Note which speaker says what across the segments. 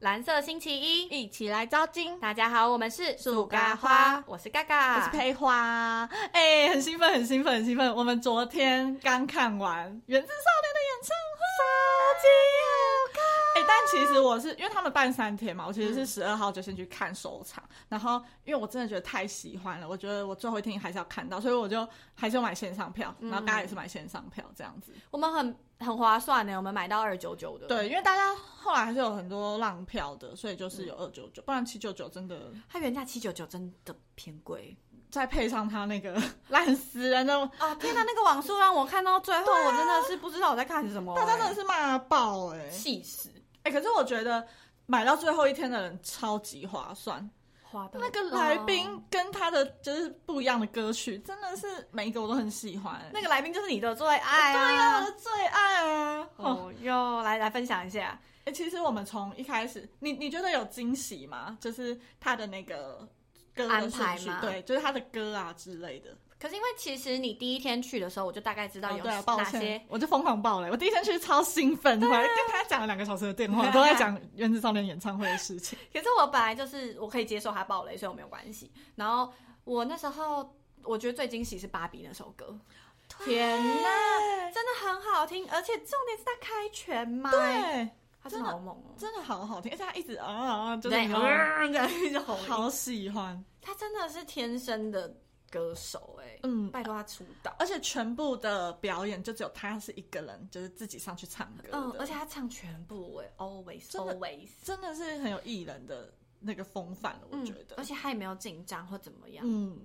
Speaker 1: 蓝色星期一，
Speaker 2: 一起来招金，
Speaker 1: 大家好，我们是
Speaker 2: 树咖花
Speaker 1: 我是嘎嘎，
Speaker 2: 我是佩花。哎、很兴奋，很兴奋，很兴奋！我们昨天刚看完《原子少年》的演唱会，超级好看。哎、但其实我是因为他们办三天嘛，我其实是十二号就先去看首场，然后因为我真的觉得太喜欢了，我觉得我最后一天还是要看到，所以我就还是有买线上票，然后大家也是买线上票这样子。
Speaker 1: 我们很很划算呢，欸我们买到二九九的，，
Speaker 2: 对，因为大家后来还是有很多浪票的，所以就是
Speaker 1: 嗯
Speaker 2: 有二九九，不然七九九真的
Speaker 1: 它原价七九九，真的偏贵
Speaker 2: 再配上他那个 烂死人的，
Speaker 1: 啊！天哪，那个网速让我看到最后，我真的是不知道我在看什么、欸
Speaker 2: 大家真的是骂爆哎、
Speaker 1: 是气死，
Speaker 2: 哎、可是我觉得买到最后一天的人超级划算。
Speaker 1: 花到
Speaker 2: 那个来宾跟他的就是不一样的歌曲，真的是每一个我都很喜欢。欸
Speaker 1: 那个来宾就是你的最爱
Speaker 2: 对呀，我
Speaker 1: 啊！
Speaker 2: 的最爱啊！哦，
Speaker 1: 哦哟，来来分享一下，
Speaker 2: 哎、其实我们从一开始，你你觉得有惊喜吗？就是他的那个歌的
Speaker 1: 安排
Speaker 2: 顺序
Speaker 1: 吗
Speaker 2: 对，就是他的歌啊之类的。
Speaker 1: 可是因为其实你第一天去的时候，我就大概知道
Speaker 2: 哦
Speaker 1: 有
Speaker 2: 对啊，抱
Speaker 1: 哪些啊
Speaker 2: 歉，我就疯狂爆雷。我第一天去超兴奋，我还跟他讲了两个小时的电话，都在讲《原子少年》演唱会的事情。
Speaker 1: 可是我本来就是我可以接受他爆雷，所以我没有关系。然后我那时候我觉得最惊喜是芭比那首歌， 天哪，真的很好听，而且重点是他开全麦，
Speaker 2: 对，
Speaker 1: 他真的好猛哦、
Speaker 2: 真的好好听，而且他一直啊啊啊，就是
Speaker 1: 对，
Speaker 2: 你知道吗
Speaker 1: 嗯， 对，一直吼，
Speaker 2: 好喜欢。
Speaker 1: 他真的是天生的歌手哎、
Speaker 2: 嗯，
Speaker 1: 拜托他出道，
Speaker 2: 而且全部的表演就只有他是一个人，就是自己上去唱歌的。
Speaker 1: 嗯，而且他唱全部哎、a l w a y s
Speaker 2: 真的
Speaker 1: always，
Speaker 2: 真的是很有艺人的那个风范了，我觉
Speaker 1: 嗯而
Speaker 2: 得。
Speaker 1: 且他也没有紧张或怎么样，
Speaker 2: 嗯，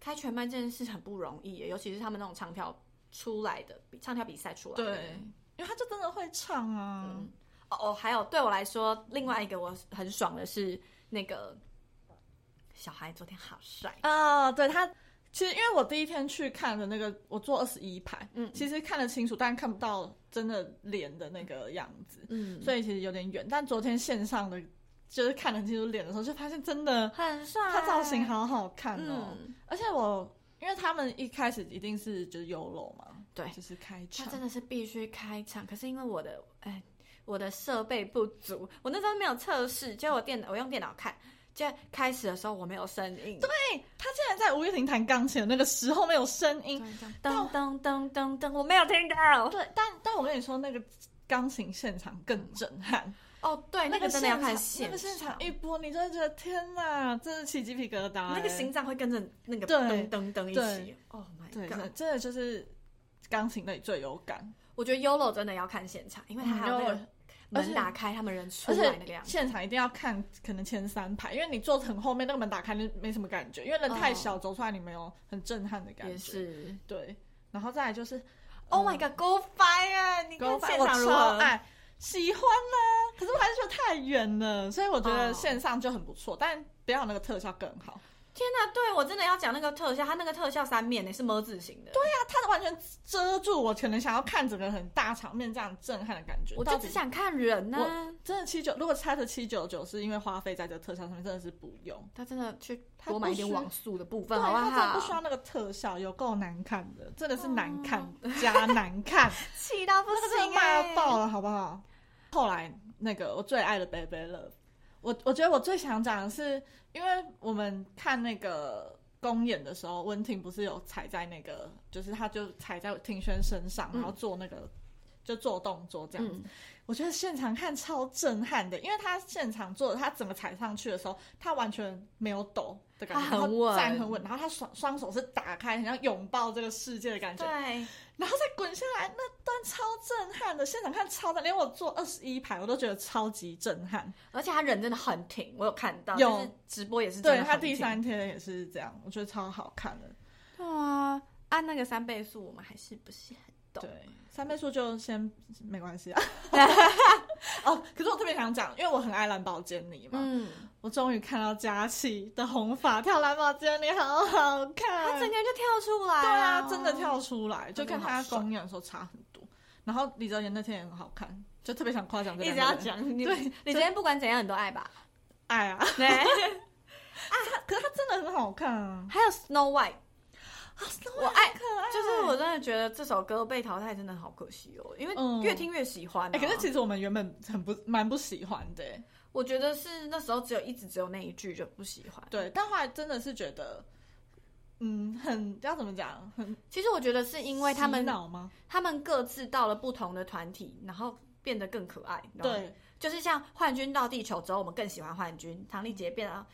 Speaker 1: 开全麦这件事很不容易、欸，尤其是他们那种唱跳出来的，比唱跳比赛出来的
Speaker 2: 对，因为他就真的会唱啊。
Speaker 1: 哦哦，还有对我来说，另外一个我很爽的是那个小孩昨天好帅，
Speaker 2: 啊，对他，其实因为我第一天去看的那个，我坐二十一排，嗯，其实看得清楚，但看不到真的脸的那个样子，
Speaker 1: 嗯，
Speaker 2: 所以其实有点远。但昨天线上的就是看得清楚脸的时候，就发现真的
Speaker 1: 很帅，
Speaker 2: 他造型好好看哦，
Speaker 1: 哎嗯
Speaker 2: 而且我。因为他们一开始一定是就是 YOLO 嘛，
Speaker 1: 对
Speaker 2: 就是开
Speaker 1: 他
Speaker 2: 场，
Speaker 1: 真的是必须开场，可是因为我的哎，我的设备不足，我那时候没有测试，结果我电脑我用电脑看，结果开始的时候我没有声音，对，
Speaker 2: 他竟然在吴月婷弹钢琴的那个时候没有声音，
Speaker 1: 这样噔噔噔噔噔，我没有听到。
Speaker 2: 哦对，但但我跟你说，那个钢琴现场更震撼，
Speaker 1: 哦，对，那个真的要看
Speaker 2: 哎现场那个现
Speaker 1: 场
Speaker 2: 场，一播，你就会觉得天哪，真的起鸡皮疙瘩、欸
Speaker 1: 那个心脏会跟着那个
Speaker 2: 对
Speaker 1: 噔噔噔一起
Speaker 2: 对。
Speaker 1: Oh my
Speaker 2: 对，真
Speaker 1: god！
Speaker 2: 的真的就是钢琴类最有感，
Speaker 1: 我觉得 YOLO 真的要看现场，因为他还有那个
Speaker 2: 嗯而且
Speaker 1: 门打开，他们人出
Speaker 2: 而
Speaker 1: 来那个
Speaker 2: 且
Speaker 1: 样子。
Speaker 2: 现场一定要看可能前三排，因为你坐很后面，那个门打开就没什么感觉，因为人太小，走出来你没有很震撼的感
Speaker 1: 也
Speaker 2: 觉。
Speaker 1: 是
Speaker 2: 对，然后再来就是
Speaker 1: ，Oh my god，Go Fire！你看
Speaker 2: 高
Speaker 1: 现
Speaker 2: 我
Speaker 1: 场如
Speaker 2: 超
Speaker 1: 何？
Speaker 2: 爱，哎喜欢呢、可是我还是觉得太远了，所以我觉
Speaker 1: 哦
Speaker 2: 得线上就很不错，但不要有那个特效更好。
Speaker 1: 天哪，对我真的要讲那个特效，它那个特效三面呢是么字形的。对，
Speaker 2: 它它完全遮住我可能想要看整个很大场面这样震撼的感觉。
Speaker 1: 我
Speaker 2: 到
Speaker 1: 就
Speaker 2: 底
Speaker 1: 只想看人啊呢、
Speaker 2: 我真的七九，如果差的七九九是因为花费在这特效上面，真的是不用。
Speaker 1: 他真的去
Speaker 2: 他
Speaker 1: 多买一点
Speaker 2: 不需
Speaker 1: 网速的部
Speaker 2: 对，
Speaker 1: 分，好啊
Speaker 2: 它真的
Speaker 1: 好？
Speaker 2: 不需要那个特效，有够难看的，真的是难看
Speaker 1: 哦
Speaker 2: 加难看，
Speaker 1: 气到不
Speaker 2: 那个真
Speaker 1: 行、
Speaker 2: 的骂
Speaker 1: 欸，
Speaker 2: 爆了，好不好？后来那个我最爱的 Baby Love，我我觉得我最想讲的是，因为我们看那个公演的时候，温婷不是有踩在那个，就是她就踩在庭轩身上，然后做那个、就做动作这样子。
Speaker 1: 嗯
Speaker 2: 我觉得现场看超震撼的，因为他现场做的，他整个踩上去的时候，他完全没有抖的感觉，
Speaker 1: 他很稳
Speaker 2: 然后站很稳，然后他双双手是打开，很像拥抱这个世界的感觉，
Speaker 1: 对，
Speaker 2: 然后再滚下来，那段超震撼的，现场看超的，连我坐二十一排我都觉得超级震撼。
Speaker 1: 而且他人真的很挺，我有看到，
Speaker 2: 有
Speaker 1: 就是直播也是真
Speaker 2: 对
Speaker 1: 的
Speaker 2: 他
Speaker 1: 很
Speaker 2: 第
Speaker 1: 挺。
Speaker 2: 三天也是这样，我觉得超好看的。
Speaker 1: 对啊，按那个三倍速，我们还是不是很懂。
Speaker 2: 对，三倍速就先没关 系啊。哦，可是我特别想讲，因为我很爱蓝宝坚尼嘛，
Speaker 1: 嗯，
Speaker 2: 我终于看到佳琪的红发跳蓝宝坚尼，好好
Speaker 1: 他
Speaker 2: 看。啊
Speaker 1: 整个人就跳出来、
Speaker 2: 对啊，真的。跳出来，就
Speaker 1: 真的
Speaker 2: 跟
Speaker 1: 好
Speaker 2: 他
Speaker 1: 帅
Speaker 2: 公演的时候差很多。然后李哲言那天也很好看，就特别想夸奖这
Speaker 1: 一
Speaker 2: 两
Speaker 1: 直
Speaker 2: 个人。
Speaker 1: 要讲你，
Speaker 2: 对
Speaker 1: 你今天不管怎样你都爱吧？
Speaker 2: 爱啊，
Speaker 1: 对，
Speaker 2: 可是他真的很好看啊，
Speaker 1: 还有 Snow White，我爱
Speaker 2: 可爱。
Speaker 1: 就是我真的觉得这首歌被淘汰真的好可惜哦，因为
Speaker 2: 嗯
Speaker 1: 越听越喜欢啊、
Speaker 2: 哎、可是其实我们原本很不蛮不喜欢的、
Speaker 1: 我觉得是那时候只有一直只有那一句就不喜欢。
Speaker 2: 对，但后来真的是觉得，嗯，很要怎么讲，很
Speaker 1: 其实我觉得是因为他
Speaker 2: 洗
Speaker 1: 们
Speaker 2: 脑吗？
Speaker 1: 他们各自到了不同的团体，然后变得更可爱。你知道吗，
Speaker 2: 对，
Speaker 1: 就是像幻君到地球之后，我们更喜欢幻君；唐丽杰变到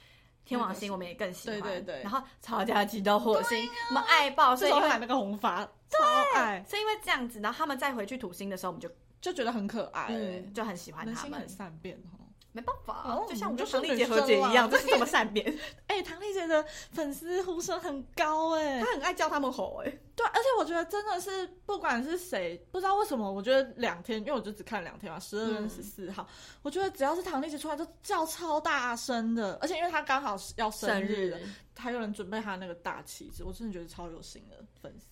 Speaker 1: 天王星，我们也更喜欢。
Speaker 2: 对对对
Speaker 1: 然后曹佳琪到火星，我们爱爆，
Speaker 2: 这
Speaker 1: 所以
Speaker 2: 时
Speaker 1: 因
Speaker 2: 候
Speaker 1: 为
Speaker 2: 染那个红发，超爱，
Speaker 1: 所以因为这样子，然后他们再回去土星的时候，我们就
Speaker 2: 就觉得很可爱、
Speaker 1: 嗯就很喜欢
Speaker 2: 人
Speaker 1: 他
Speaker 2: 性
Speaker 1: 们
Speaker 2: 很。善变哦。
Speaker 1: 没办法、
Speaker 2: 哦
Speaker 1: 就像我
Speaker 2: 你
Speaker 1: 们
Speaker 2: 就
Speaker 1: 跟
Speaker 2: 是
Speaker 1: 唐
Speaker 2: 女
Speaker 1: 丽杰和解
Speaker 2: 生
Speaker 1: 一样，
Speaker 2: 啊
Speaker 1: 这是这么善变。
Speaker 2: 哎、唐丽姐的粉丝呼声很高哎、
Speaker 1: 他很爱叫他们吼、哎，
Speaker 2: 对，啊而且我觉得真的是不管是谁，不知道为什么，我觉得两天，因为我就只看两天嘛，十二跟
Speaker 1: 嗯
Speaker 2: 十四号，我觉得只要是唐丽姐出来都叫超大声的，而且因为她刚好是要生日了，还有人准备她那个大旗子，我真的觉得超有心的粉丝。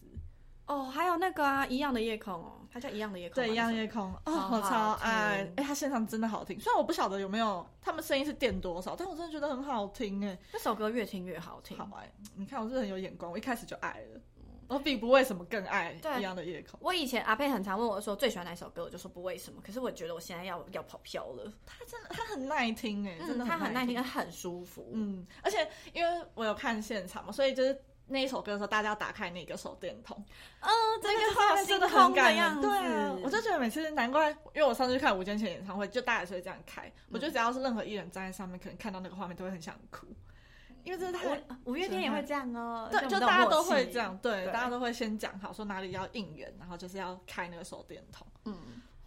Speaker 1: 哦，还有那个啊，一样的夜空哦，它叫一样的夜空吗，
Speaker 2: 对，一样
Speaker 1: 那首
Speaker 2: 夜空
Speaker 1: 好
Speaker 2: 哦，我
Speaker 1: 好
Speaker 2: 超爱！哎
Speaker 1: 听、
Speaker 2: 他现场真的好听，虽然我不晓得有没有他们声音是垫多少，但我真的觉得很好听哎、
Speaker 1: 那首歌越听越好听。
Speaker 2: 好哎、你看我是很有眼光，我一开始就爱了，我比不为什么更爱
Speaker 1: 对
Speaker 2: 一样的夜空，
Speaker 1: 我以前阿佩很常问我说最喜欢哪一首歌，我就说不为什么，可是我觉得我现在要要跑票了，
Speaker 2: 他真的他很耐听哎、真的
Speaker 1: 它很耐
Speaker 2: 耐
Speaker 1: 听，很舒服，
Speaker 2: 嗯，而且因为我有看现场嘛，所以就是。那一首歌的时候，大家要打开那个手电筒，
Speaker 1: 嗯，这个
Speaker 2: 画面
Speaker 1: 画
Speaker 2: 真
Speaker 1: 面真
Speaker 2: 的
Speaker 1: 的
Speaker 2: 很
Speaker 1: 很
Speaker 2: 感
Speaker 1: 感
Speaker 2: 人。
Speaker 1: 人，
Speaker 2: 对啊，我就觉得每次难怪，因为我上次去看吴建前演唱会，就大家也是会这样开。我觉得只要是任何艺人站在上面，可能看到那个画面都会很想哭，因为真的太
Speaker 1: 五五月天也会这样哦，
Speaker 2: 对，
Speaker 1: 这
Speaker 2: 就
Speaker 1: 种
Speaker 2: 大家都
Speaker 1: 默契
Speaker 2: 会这样，对，
Speaker 1: 对
Speaker 2: 大家都会先讲好说哪里要应援，然后就是要开那个手电筒。
Speaker 1: 嗯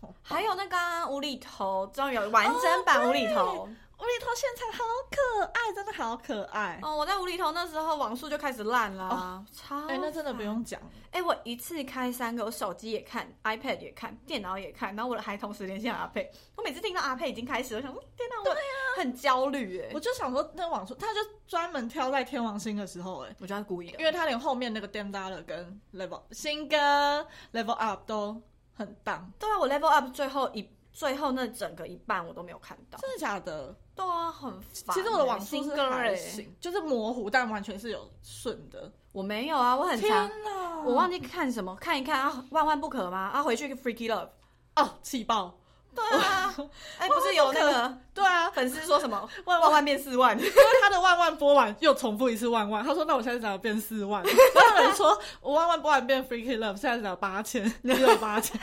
Speaker 2: 好棒，
Speaker 1: 还有那个啊无厘头，终于有完整版无厘头
Speaker 2: 无厘头现场好可爱，真的好可爱。
Speaker 1: 哦，我在无厘头那时候网速就开始烂啦，超
Speaker 2: 哎、那真的不
Speaker 1: 烦
Speaker 2: 用讲，
Speaker 1: 哎、我一次开三个，我手机也看，iPad 也看，电脑也看，然后我还同时连线阿佩。我每次听到阿佩已经开始，我想，嗯天哪，
Speaker 2: 啊
Speaker 1: 我很焦虑哎、
Speaker 2: 我就想说那网速，他就专门挑在天王星的时候、哎，
Speaker 1: 我觉得他故意的，
Speaker 2: 因为他连后面那个 Damn Dollar 跟 Level 新歌 Level Up 都很棒，
Speaker 1: 对啊，我 level up 最后一最后那整个一半我都没有看到，
Speaker 2: 真的假的？
Speaker 1: 对啊，很烦欸、
Speaker 2: 其实我的网速
Speaker 1: 新
Speaker 2: 是
Speaker 1: 歌
Speaker 2: 还
Speaker 1: 哎、
Speaker 2: 行，就是模糊，但完全是有顺的。
Speaker 1: 我没有啊，我很
Speaker 2: 天
Speaker 1: 常，
Speaker 2: 哪，
Speaker 1: 我忘记看什么，看一看啊，万万不可吗？啊，回去 freaky love，
Speaker 2: 哦，气爆！
Speaker 1: 对啊， 哎、不是有那个
Speaker 2: 对啊，
Speaker 1: 粉丝说什么
Speaker 2: 万
Speaker 1: 万万变四万，
Speaker 2: 因为他的万万播完又重复一次万万，他说那我现在只要变四万，然后有人说我万万播完变 freaky love，现在只要八千，只有八 千，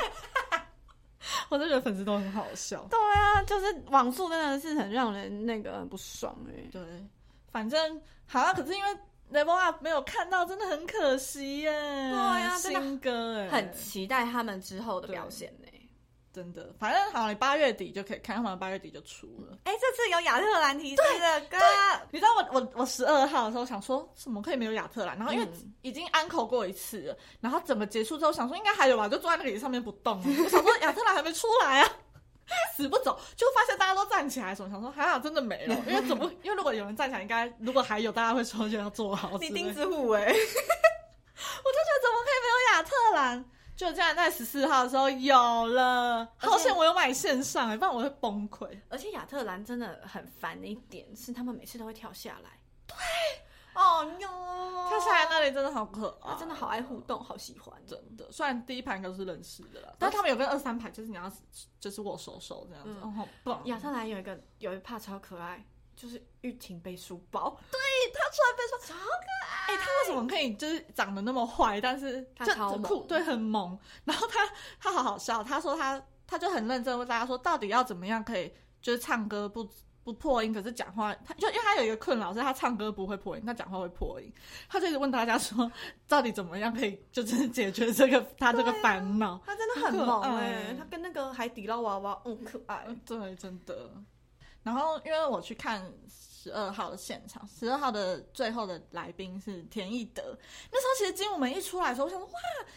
Speaker 2: 我就觉得粉丝都很好笑。
Speaker 1: 对啊，就是网速真的是很让人那个很不爽哎、
Speaker 2: 对，反正好啊，可是因为 level up 没有看到，真的很可惜耶。对
Speaker 1: 啊真的
Speaker 2: 新歌哎，
Speaker 1: 很期待他们之后的表现欸呢、
Speaker 2: 真的，反正好，你八月底就可以看，他们八月底就出了。
Speaker 1: 哎、这次有亚特兰提斯的歌，
Speaker 2: 你知道我我我十二号的时候想说什么可以没有亚特兰，然后因为
Speaker 1: 嗯
Speaker 2: 已经安口过一次了，然后整个结束之后想说应该还有吧，就坐在那个椅子上面不动，啊 我想说亚特兰还没出来啊， 死不走，就发现大家都站起来，什么想说还好真的没有，因为怎么因为如果有人站起来，应该如果还有大家会说就要坐好之类
Speaker 1: 你
Speaker 2: 的，
Speaker 1: 钉子户哎、
Speaker 2: 我就觉得怎么可以没有亚特兰？就竟然在十四号的时候有了，
Speaker 1: 而且
Speaker 2: 好险我有买线上、欸，不然我会崩溃。
Speaker 1: 而且亚特兰真的很烦的一点是，他们每次都会跳下来。对，哦哟，
Speaker 2: 跳下来那里真的好可爱，
Speaker 1: 他啊真的好爱互动，好喜欢。
Speaker 2: 真的，虽然第一排应该都是认识的啦，但他们有跟二三排，就是你要就是握手手这样子，
Speaker 1: 嗯
Speaker 2: 哦，好棒！
Speaker 1: 亚特兰有一个有一帕超可爱，就是玉婷背书包，
Speaker 2: 哎、他为什么可以就是长得那么坏，但是
Speaker 1: 他
Speaker 2: 就
Speaker 1: 超
Speaker 2: 就
Speaker 1: 萌
Speaker 2: 酷，对，很萌。然后他他好好笑，他说他他就很认真问大家说，到底要怎么样可以就是唱歌不不破音，可是讲话，他就因为他有一个困扰是他唱歌不会破音，他讲话会破音，他就一直问大家说，到底怎么样可以就是解决这个他这个
Speaker 1: 啊
Speaker 2: 烦恼。
Speaker 1: 她真的很萌
Speaker 2: 很可
Speaker 1: 哎、
Speaker 2: 爱
Speaker 1: 她跟那个海底捞娃娃，嗯，可爱。
Speaker 2: 嗯对，真的。然后因为我去看十二号的现场，十二号的最后的来宾是田一德。那时候其实精武门一出来的时候，我想说哇，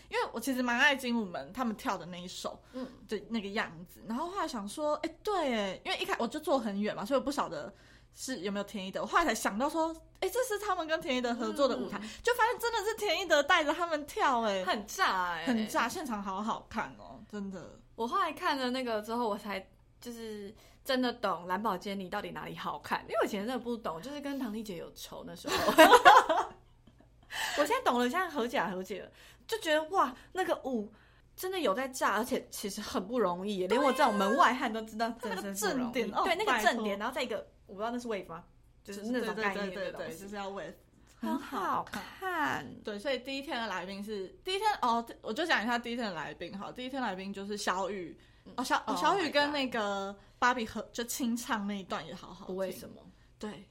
Speaker 2: 因为我其实蛮爱精武门他们跳的那一首
Speaker 1: 嗯，
Speaker 2: 的那个样子。然后后来想说，哎，对，哎，因为一开我就坐很远嘛，所以我不晓得。是有没有田一德？我后来才想到说，哎、这是他们跟田一德合作的舞台，
Speaker 1: 嗯
Speaker 2: 就发现真的是田一德带着他们跳、哎，
Speaker 1: 很炸哎、
Speaker 2: 很炸，现场好好看哦，真的。
Speaker 1: 我后来看了那个之后，我才就是真的懂蓝宝坚尼到底哪里好看，因为我以前真的不懂，就是跟唐丽姐有仇那时候。我现在懂了，现在和解啊和解了，就觉得哇，那个舞真的有在炸，而且其实很不容易耶，连我这种门外汉都知道他那个
Speaker 2: 真是不
Speaker 1: 正
Speaker 2: 容易
Speaker 1: 点，
Speaker 2: 哦
Speaker 1: 对那个
Speaker 2: 拜
Speaker 1: 正
Speaker 2: 托
Speaker 1: 点，然后再一个，我不知道那是 wave 吗？就是那种概念
Speaker 2: 对对对对
Speaker 1: 的东
Speaker 2: 对，
Speaker 1: 西
Speaker 2: 就，是要 wave，
Speaker 1: 很好。看。
Speaker 2: 对，所以第一天的来宾是第一天哦，第我就讲一下第一天的来宾好，第一天来宾就是小雨哦，小哦
Speaker 1: Oh
Speaker 2: 小
Speaker 1: my
Speaker 2: 雨
Speaker 1: God
Speaker 2: 跟那个芭比合就清唱那一段也好好听，
Speaker 1: 为什么？
Speaker 2: 对，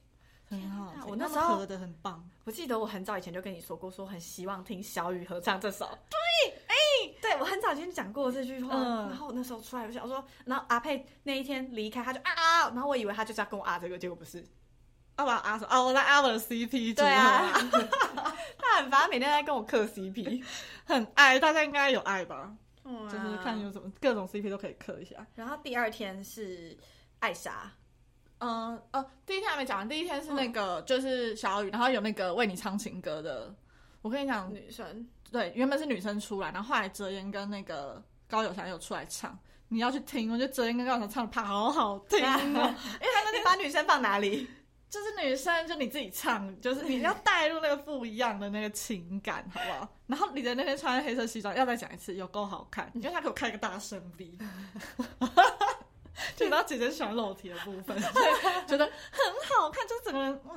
Speaker 2: 很好听，
Speaker 1: 我那
Speaker 2: 他
Speaker 1: 时
Speaker 2: 们
Speaker 1: 候
Speaker 2: 合的很棒，
Speaker 1: 我记得我很早以前就跟你说过，说很希望听小雨合唱这首。对，哎、对我很早以前就讲过这句话。
Speaker 2: 嗯
Speaker 1: 然后我那时候出来，我想说，然后阿佩那一天离开，他就啊啊，然后我以为他就是要跟我啊这个，结果不是。
Speaker 2: 啊我要啊什么啊我来啊我的 CP 组
Speaker 1: 对啊
Speaker 2: 好吗，
Speaker 1: 他很烦，每天在跟我磕 CP。
Speaker 2: 很爱，大家应该有爱吧，
Speaker 1: 嗯
Speaker 2: 就是看有什么各种 CP 都可以磕一下。
Speaker 1: 然后第二天是艾莎，
Speaker 2: 嗯呃，第一天还没讲完，第一天是那个、就是小雨，然后有那个为你唱情歌的，我跟你讲，
Speaker 1: 女生
Speaker 2: 对，原本是女生出来，然后后来哲言跟那个高友翔有出来唱，你要去听，我觉得哲言跟高友翔唱的怕好好听
Speaker 1: 啊
Speaker 2: 哦，
Speaker 1: 哎、他那你把女生放哪里？
Speaker 2: 就是女生就你自己唱，就是你要带入那个不一样的那个情感，好不好？然后你的那天穿黑色西装，要再讲一次，有够好看，因为他给我开一个大声逼。就你知道姐姐喜欢露体的部分，所以觉得很好看，就是整个人哇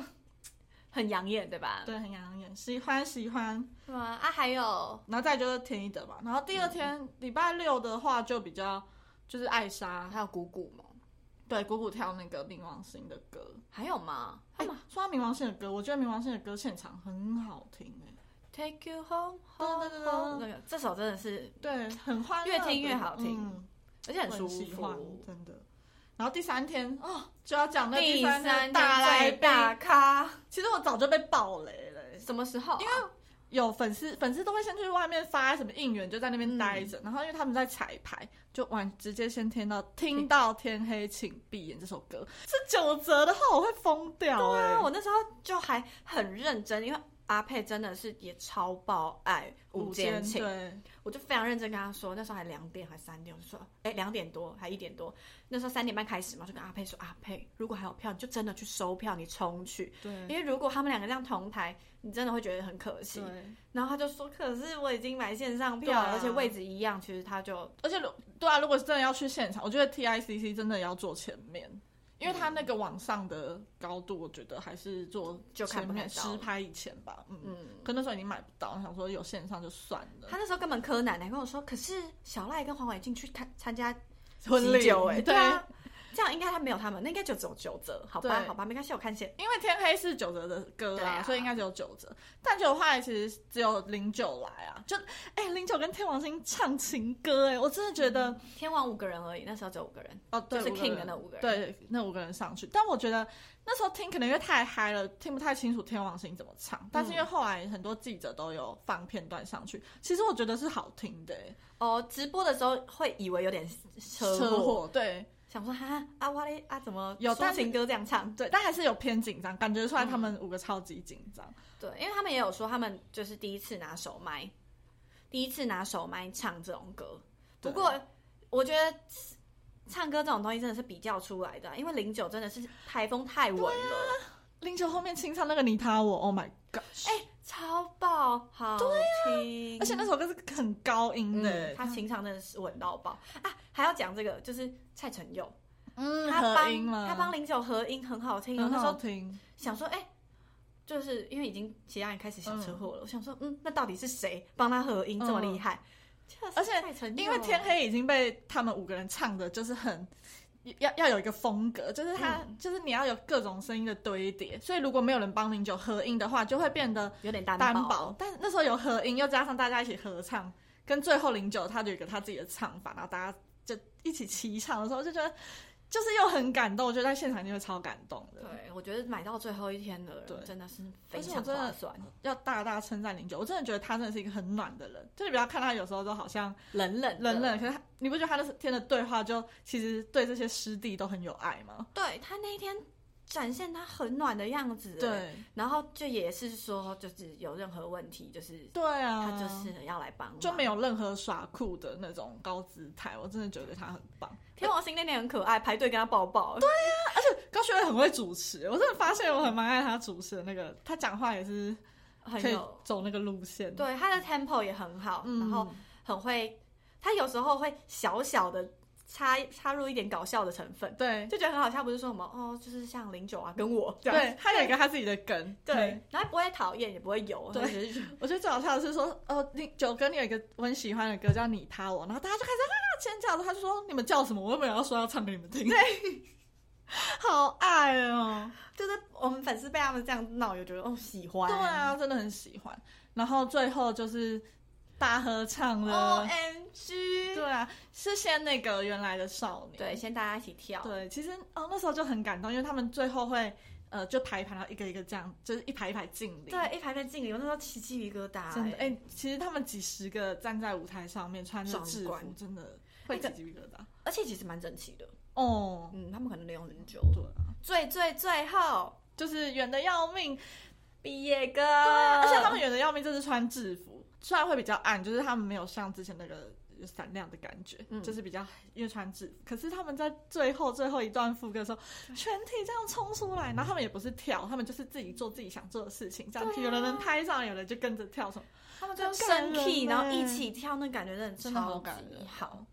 Speaker 1: 很养眼，对吧？
Speaker 2: 对很养眼，喜欢喜欢。
Speaker 1: 对啊，啊，还有
Speaker 2: 然后再就是田一德嘛，然后第二天礼、拜六的话就比较就是艾莎，
Speaker 1: 啊还有谷谷嘛，
Speaker 2: 对，姑姑跳那个冥王星的歌。
Speaker 1: 还有吗？
Speaker 2: 哎、说到冥王星的歌，我觉得冥王星的歌现场很好听哎、
Speaker 1: Take you home,
Speaker 2: 对
Speaker 1: home,
Speaker 2: 对对
Speaker 1: home 那个这首真的是，
Speaker 2: 对，很欢乐的
Speaker 1: 啊越
Speaker 2: 歌，
Speaker 1: 听越好听
Speaker 2: 嗯、
Speaker 1: 而且很舒
Speaker 2: 我喜欢
Speaker 1: 服。
Speaker 2: 真的。然后第三天哦，就要讲那
Speaker 1: 第
Speaker 2: 三
Speaker 1: 三
Speaker 2: 天大来
Speaker 1: 最大
Speaker 2: 大，
Speaker 1: 咖，
Speaker 2: 其实我早就被爆雷了欸、
Speaker 1: 什么时候啊？因
Speaker 2: 有粉丝，粉丝都会先去外面发什么应援，就在那边待
Speaker 1: 嗯
Speaker 2: 着。然后因为他们在彩排，就晚直接先听到听到天黑请闭眼这首歌，是九折的话我会疯掉哎、
Speaker 1: 啊，我那时候就还很认真，因为阿佩真的是也超爆爱
Speaker 2: 午
Speaker 1: 五
Speaker 2: 间
Speaker 1: 间情，
Speaker 2: 对，
Speaker 1: 我就非常认真跟他说，那时候还两点还三点，我就说，哎、两点多还一点多，那时候三点半开始嘛，就跟阿佩说，阿佩如果还有票，你就真的去收票，你冲去，
Speaker 2: 对
Speaker 1: 因为如果他们两个这样同台，你真的会觉得很可惜。
Speaker 2: 对，
Speaker 1: 然后他就说，可是我已经买线上票，
Speaker 2: 对啊
Speaker 1: 而且位置一样，其实他就
Speaker 2: 而且如对啊，如果是真的要去现场，我觉得 TICC 真的要坐前面，因为他那个往上的高度，我觉得还是坐
Speaker 1: 就看
Speaker 2: 前
Speaker 1: 不
Speaker 2: 面
Speaker 1: 太到
Speaker 2: 十拍以前吧，嗯。
Speaker 1: 嗯。
Speaker 2: 可那时候已经买不到，想说有线上就算了。
Speaker 1: 他那时候根本柯南还欸跟我说，可是小赖跟黄伟进去看参加
Speaker 2: 喜酒
Speaker 1: 哎、
Speaker 2: 欸
Speaker 1: 对
Speaker 2: 对
Speaker 1: 啊，这样应该他没有他们，那应该就只有九折，好吧，
Speaker 2: 对
Speaker 1: 好吧，没关系，我看先。
Speaker 2: 因为天黑是九折的歌
Speaker 1: 对
Speaker 2: 啊，
Speaker 1: 啊
Speaker 2: 所以应该只有九折。但九后来其实只有零九来啊，就哎零九跟天王星唱情歌哎、我真的觉得、
Speaker 1: 天王五个人而已，那时候只有五个人，
Speaker 2: 哦，对，
Speaker 1: 嗯就是
Speaker 2: 五个人
Speaker 1: King 的那五个人
Speaker 2: 对，那五个人上去。但我觉得那时候听可能因为太嗨了，听不太清楚天王星怎么
Speaker 1: 嗯
Speaker 2: 唱。但是因为后来很多记者都有放片段上去，其实我觉得是好听的、欸。
Speaker 1: 哦，直播的时候会以为有点车祸，
Speaker 2: 祸对
Speaker 1: 想说哈啊哇嘞啊怎么
Speaker 2: 有
Speaker 1: 抒
Speaker 2: 但是
Speaker 1: 情歌这样唱？
Speaker 2: 对，但还是有偏紧张，感觉出来他
Speaker 1: 嗯
Speaker 2: 们五个超级紧张。
Speaker 1: 对，因为他们也有说他们就是第一次拿手麦，第一次拿手麦唱这种歌。不
Speaker 2: 对
Speaker 1: 过我觉得唱歌这种东西真的是比较出来的啊，因为零九真的是台风太稳了。
Speaker 2: 啊零九后面清唱那个你他我，Oh my god！哎、
Speaker 1: 超爆好听，
Speaker 2: 啊而且那首歌是很高音的、欸
Speaker 1: 嗯嗯，他情场真的是稳到爆啊！还要讲这个，就是蔡淳佑，
Speaker 2: 嗯，
Speaker 1: 他
Speaker 2: 合音
Speaker 1: 帮
Speaker 2: 了，
Speaker 1: 他帮林九合音很好听哦。
Speaker 2: 很
Speaker 1: 那时
Speaker 2: 好
Speaker 1: 候
Speaker 2: 听，
Speaker 1: 想说，哎、就是因为已经其他人开始小车祸了，我想说，嗯，那到底是谁帮他合音这么厉害？就是
Speaker 2: 嗯而且
Speaker 1: 蔡淳啊佑
Speaker 2: 因为天黑已经被他们五个人唱的，就是很。要要有一个风格，就是他，
Speaker 1: 嗯
Speaker 2: 就是你要有各种声音的堆叠，所以如果没有人帮零九合音的话，就会变得
Speaker 1: 有点单
Speaker 2: 单薄。但那时候有合音，又加上大家一起合唱，跟最后零九他就有一个他自己的唱法，然后大家就一起齐唱的时候，就觉得就是又很感动，我觉得在现场就会超感动的。
Speaker 1: 对，我觉得买到最后一天的
Speaker 2: 对
Speaker 1: 人真的是非
Speaker 2: 而且我
Speaker 1: 常
Speaker 2: 真的
Speaker 1: 划算，
Speaker 2: 要大大称赞零九，我真的觉得他真的是一个很暖的人，就是不要看他有时候都好像
Speaker 1: 冷冷
Speaker 2: 冷
Speaker 1: 的。
Speaker 2: 冷，可是他你不觉得他那天的对话就其实对这些师弟都很有爱吗？
Speaker 1: 对他那一天展现他很暖的样子，哎
Speaker 2: 对
Speaker 1: 然后就也是说，就是有任何问题，就是
Speaker 2: 对啊，
Speaker 1: 他就是要来帮忙。
Speaker 2: 就没
Speaker 1: 有
Speaker 2: 有任何耍酷的那种高姿态，我真的觉得他很棒。
Speaker 1: 天王星那天很可爱，排队跟他抱抱。对，
Speaker 2: 高学伟很会主持，我真的发现我很蛮爱他主持的那个，他讲话也是可
Speaker 1: 很
Speaker 2: 以
Speaker 1: 有
Speaker 2: 走那个路线。
Speaker 1: 对他的 tempo 也很好，
Speaker 2: 嗯，
Speaker 1: 然后很会他有时候会小小的插插入一点搞笑的成分，
Speaker 2: 对
Speaker 1: 就觉得很好笑。不是说什么哦，就是像零九啊，跟我这样
Speaker 2: 对
Speaker 1: 子，，
Speaker 2: 他有一个他自己的梗。
Speaker 1: 对，然后不会讨厌，也不会油，
Speaker 2: 对
Speaker 1: 或者是
Speaker 2: 我觉得最好笑的是说，呃，你九哥你有一个我很喜欢的歌叫《你他我》，然后大家就开始啊尖叫的，他就说你们叫什么？我又没有要说要唱给你们听。对， 好爱哦。
Speaker 1: 就是我们粉丝被他们这样闹，有觉得哦喜欢，
Speaker 2: 对啊，真的很喜欢。然后最后就是大合唱
Speaker 1: ，O
Speaker 2: 了。
Speaker 1: M G，
Speaker 2: 对啊，是先那个原来的少年。
Speaker 1: 对，先大家一起跳，
Speaker 2: 对，其实哦那时候就很感动，因为他们最后会呃就排一排，然后一个一个这样，就是一排一排敬礼。
Speaker 1: 对，一排在敬礼，我那时候起鸡皮疙瘩，
Speaker 2: 真的，哎、
Speaker 1: 哎，
Speaker 2: 其实他们几十个站在舞台上面穿着
Speaker 1: 壮
Speaker 2: 制服
Speaker 1: 观，
Speaker 2: 真的会
Speaker 1: 哎可
Speaker 2: 起鸡皮疙瘩。
Speaker 1: 而且其实蛮整齐的，
Speaker 2: 哦，
Speaker 1: 嗯，他们可能练很久。
Speaker 2: 对啊，
Speaker 1: 最最最后
Speaker 2: 就是远的要命，
Speaker 1: 毕业歌，
Speaker 2: 而
Speaker 1: 而
Speaker 2: 且他们远的要命，这次穿制服，虽然会比较暗，就是他们没有像之前那个闪亮的感觉，
Speaker 1: 嗯
Speaker 2: 就是比较因为穿制服。可是他们在最后最后一段副歌的时候，全体这样冲出来，然后他们也不是跳，他们就是自己做自己想做的事情，这样、
Speaker 1: 对啊
Speaker 2: 有的人拍照，有的就跟着跳什么。
Speaker 1: 他们就
Speaker 2: 很
Speaker 1: 升
Speaker 2: 感
Speaker 1: key，
Speaker 2: 人
Speaker 1: 然后
Speaker 2: 欸
Speaker 1: 一起跳，那感觉真的
Speaker 2: 真的好
Speaker 1: 超
Speaker 2: 感
Speaker 1: 级
Speaker 2: 人
Speaker 1: 好。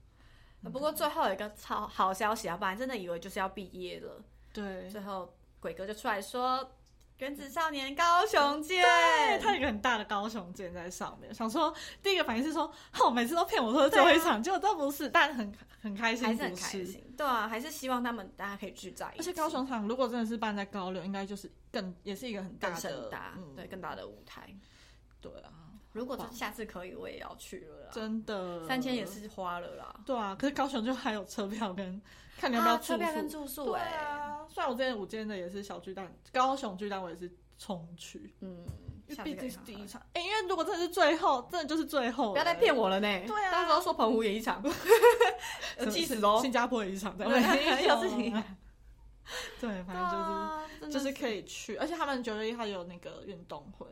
Speaker 1: 不过最后有一个超好消息啊，不然真的以为就是要毕业了。
Speaker 2: 对，
Speaker 1: 最后鬼哥就出来说：“原子少年高雄见。”
Speaker 2: 对，他有一个很大的高雄剑在上面，想说第一个反应是说，哦，每次都骗我说是最后一场，结果都不是，但很很开心，
Speaker 1: 啊还是很
Speaker 2: 不
Speaker 1: 开。心。对啊，还是希望他们大家可以聚在一起，
Speaker 2: 而且高雄场如果真的是办在高流，应该就是更也是一个很大
Speaker 1: 更
Speaker 2: 的嗯
Speaker 1: 盛大，对更
Speaker 2: 大
Speaker 1: 大的舞台。
Speaker 2: 对啊，
Speaker 1: 如果
Speaker 2: 棒
Speaker 1: 下次可以，我也要去了啦。
Speaker 2: 真的
Speaker 1: 三千也是花了啦。
Speaker 2: 对啊，可是高雄就还有车票跟看你要不要
Speaker 1: 啊，
Speaker 2: 住宿、
Speaker 1: 车票跟住宿
Speaker 2: 对
Speaker 1: 哎、
Speaker 2: 啊，虽然我之前我之前的也是小巨蛋，高雄巨蛋我也是冲去，
Speaker 1: 嗯，
Speaker 2: 因为
Speaker 1: 下
Speaker 2: 毕
Speaker 1: 次可
Speaker 2: 竟
Speaker 1: 以
Speaker 2: 是
Speaker 1: 好好
Speaker 2: 第一场，哎、因为如果真的是最后，真的就是最后了，
Speaker 1: 不要再骗我了呢。
Speaker 2: 对啊
Speaker 1: 到时候说澎湖也一 场，
Speaker 2: 什么
Speaker 1: 气
Speaker 2: 新
Speaker 1: 死哦。
Speaker 2: 新加坡也一 场，对
Speaker 1: 对
Speaker 2: 没 有
Speaker 1: 有事情
Speaker 2: 啊对，反正就是、
Speaker 1: 啊就是
Speaker 2: 就是可以去，而且他们九月一号有那个运动会，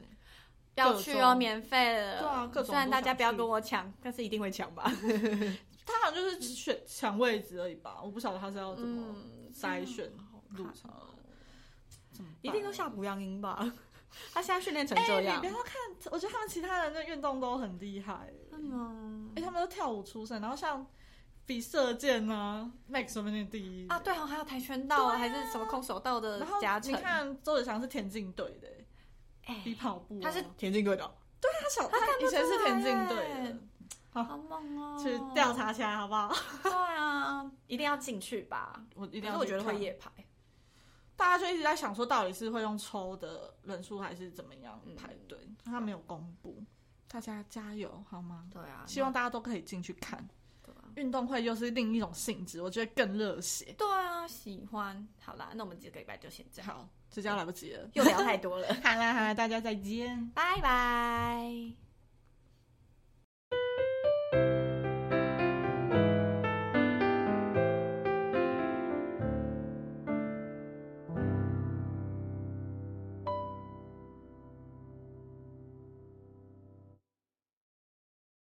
Speaker 1: 要去
Speaker 2: 各
Speaker 1: 哦，
Speaker 2: 种
Speaker 1: 免费的。
Speaker 2: 对啊各种
Speaker 1: 虽然大
Speaker 2: 都
Speaker 1: 家
Speaker 2: 想
Speaker 1: 不要
Speaker 2: 去
Speaker 1: 跟我抢，但是一定会抢吧。
Speaker 2: 他好像就是选抢位置而已吧，我不晓得他是要怎么
Speaker 1: 嗯
Speaker 2: 筛选入场，怎么办
Speaker 1: 哦一定都像不要赢吧？ 他现在训练成
Speaker 2: 哦哎、
Speaker 1: 这
Speaker 2: 你
Speaker 1: 样
Speaker 2: 不，要看，我觉得他们其他人的运动都很厉害、
Speaker 1: 嗯
Speaker 2: 哎、他们都跳舞出身，然后像比射箭啊，Max 说不定第一
Speaker 1: 啊，，对哦，还有跆拳道啊，还是什么空手道的
Speaker 2: 然后
Speaker 1: 加
Speaker 2: 你
Speaker 1: 成。
Speaker 2: 看周子祥是田径队的、
Speaker 1: 哎
Speaker 2: 比跑步啊、
Speaker 1: 他是田径队的哦，
Speaker 2: 他小他以前是田径队的。好
Speaker 1: 好猛哦！
Speaker 2: 去调。查起来好不好？
Speaker 1: 对啊， 一定要进去吧。
Speaker 2: 我一
Speaker 1: 可是我觉得会
Speaker 2: 演。
Speaker 1: 夜排，
Speaker 2: 大家就一直在想说，到底是会用抽的人数还是怎么样排队？他没有公布，大家加油好吗？
Speaker 1: 对啊，
Speaker 2: 希望大家都可以进去看。
Speaker 1: 对啊
Speaker 2: 运动会又是另一种性质，我觉得更热血。
Speaker 1: 对啊，喜欢。好啦，那我们这个礼拜就先这样，
Speaker 2: 好，这就要来不及了。
Speaker 1: 又聊太多了，
Speaker 2: 好啦好啦，大家再见。
Speaker 1: 拜拜。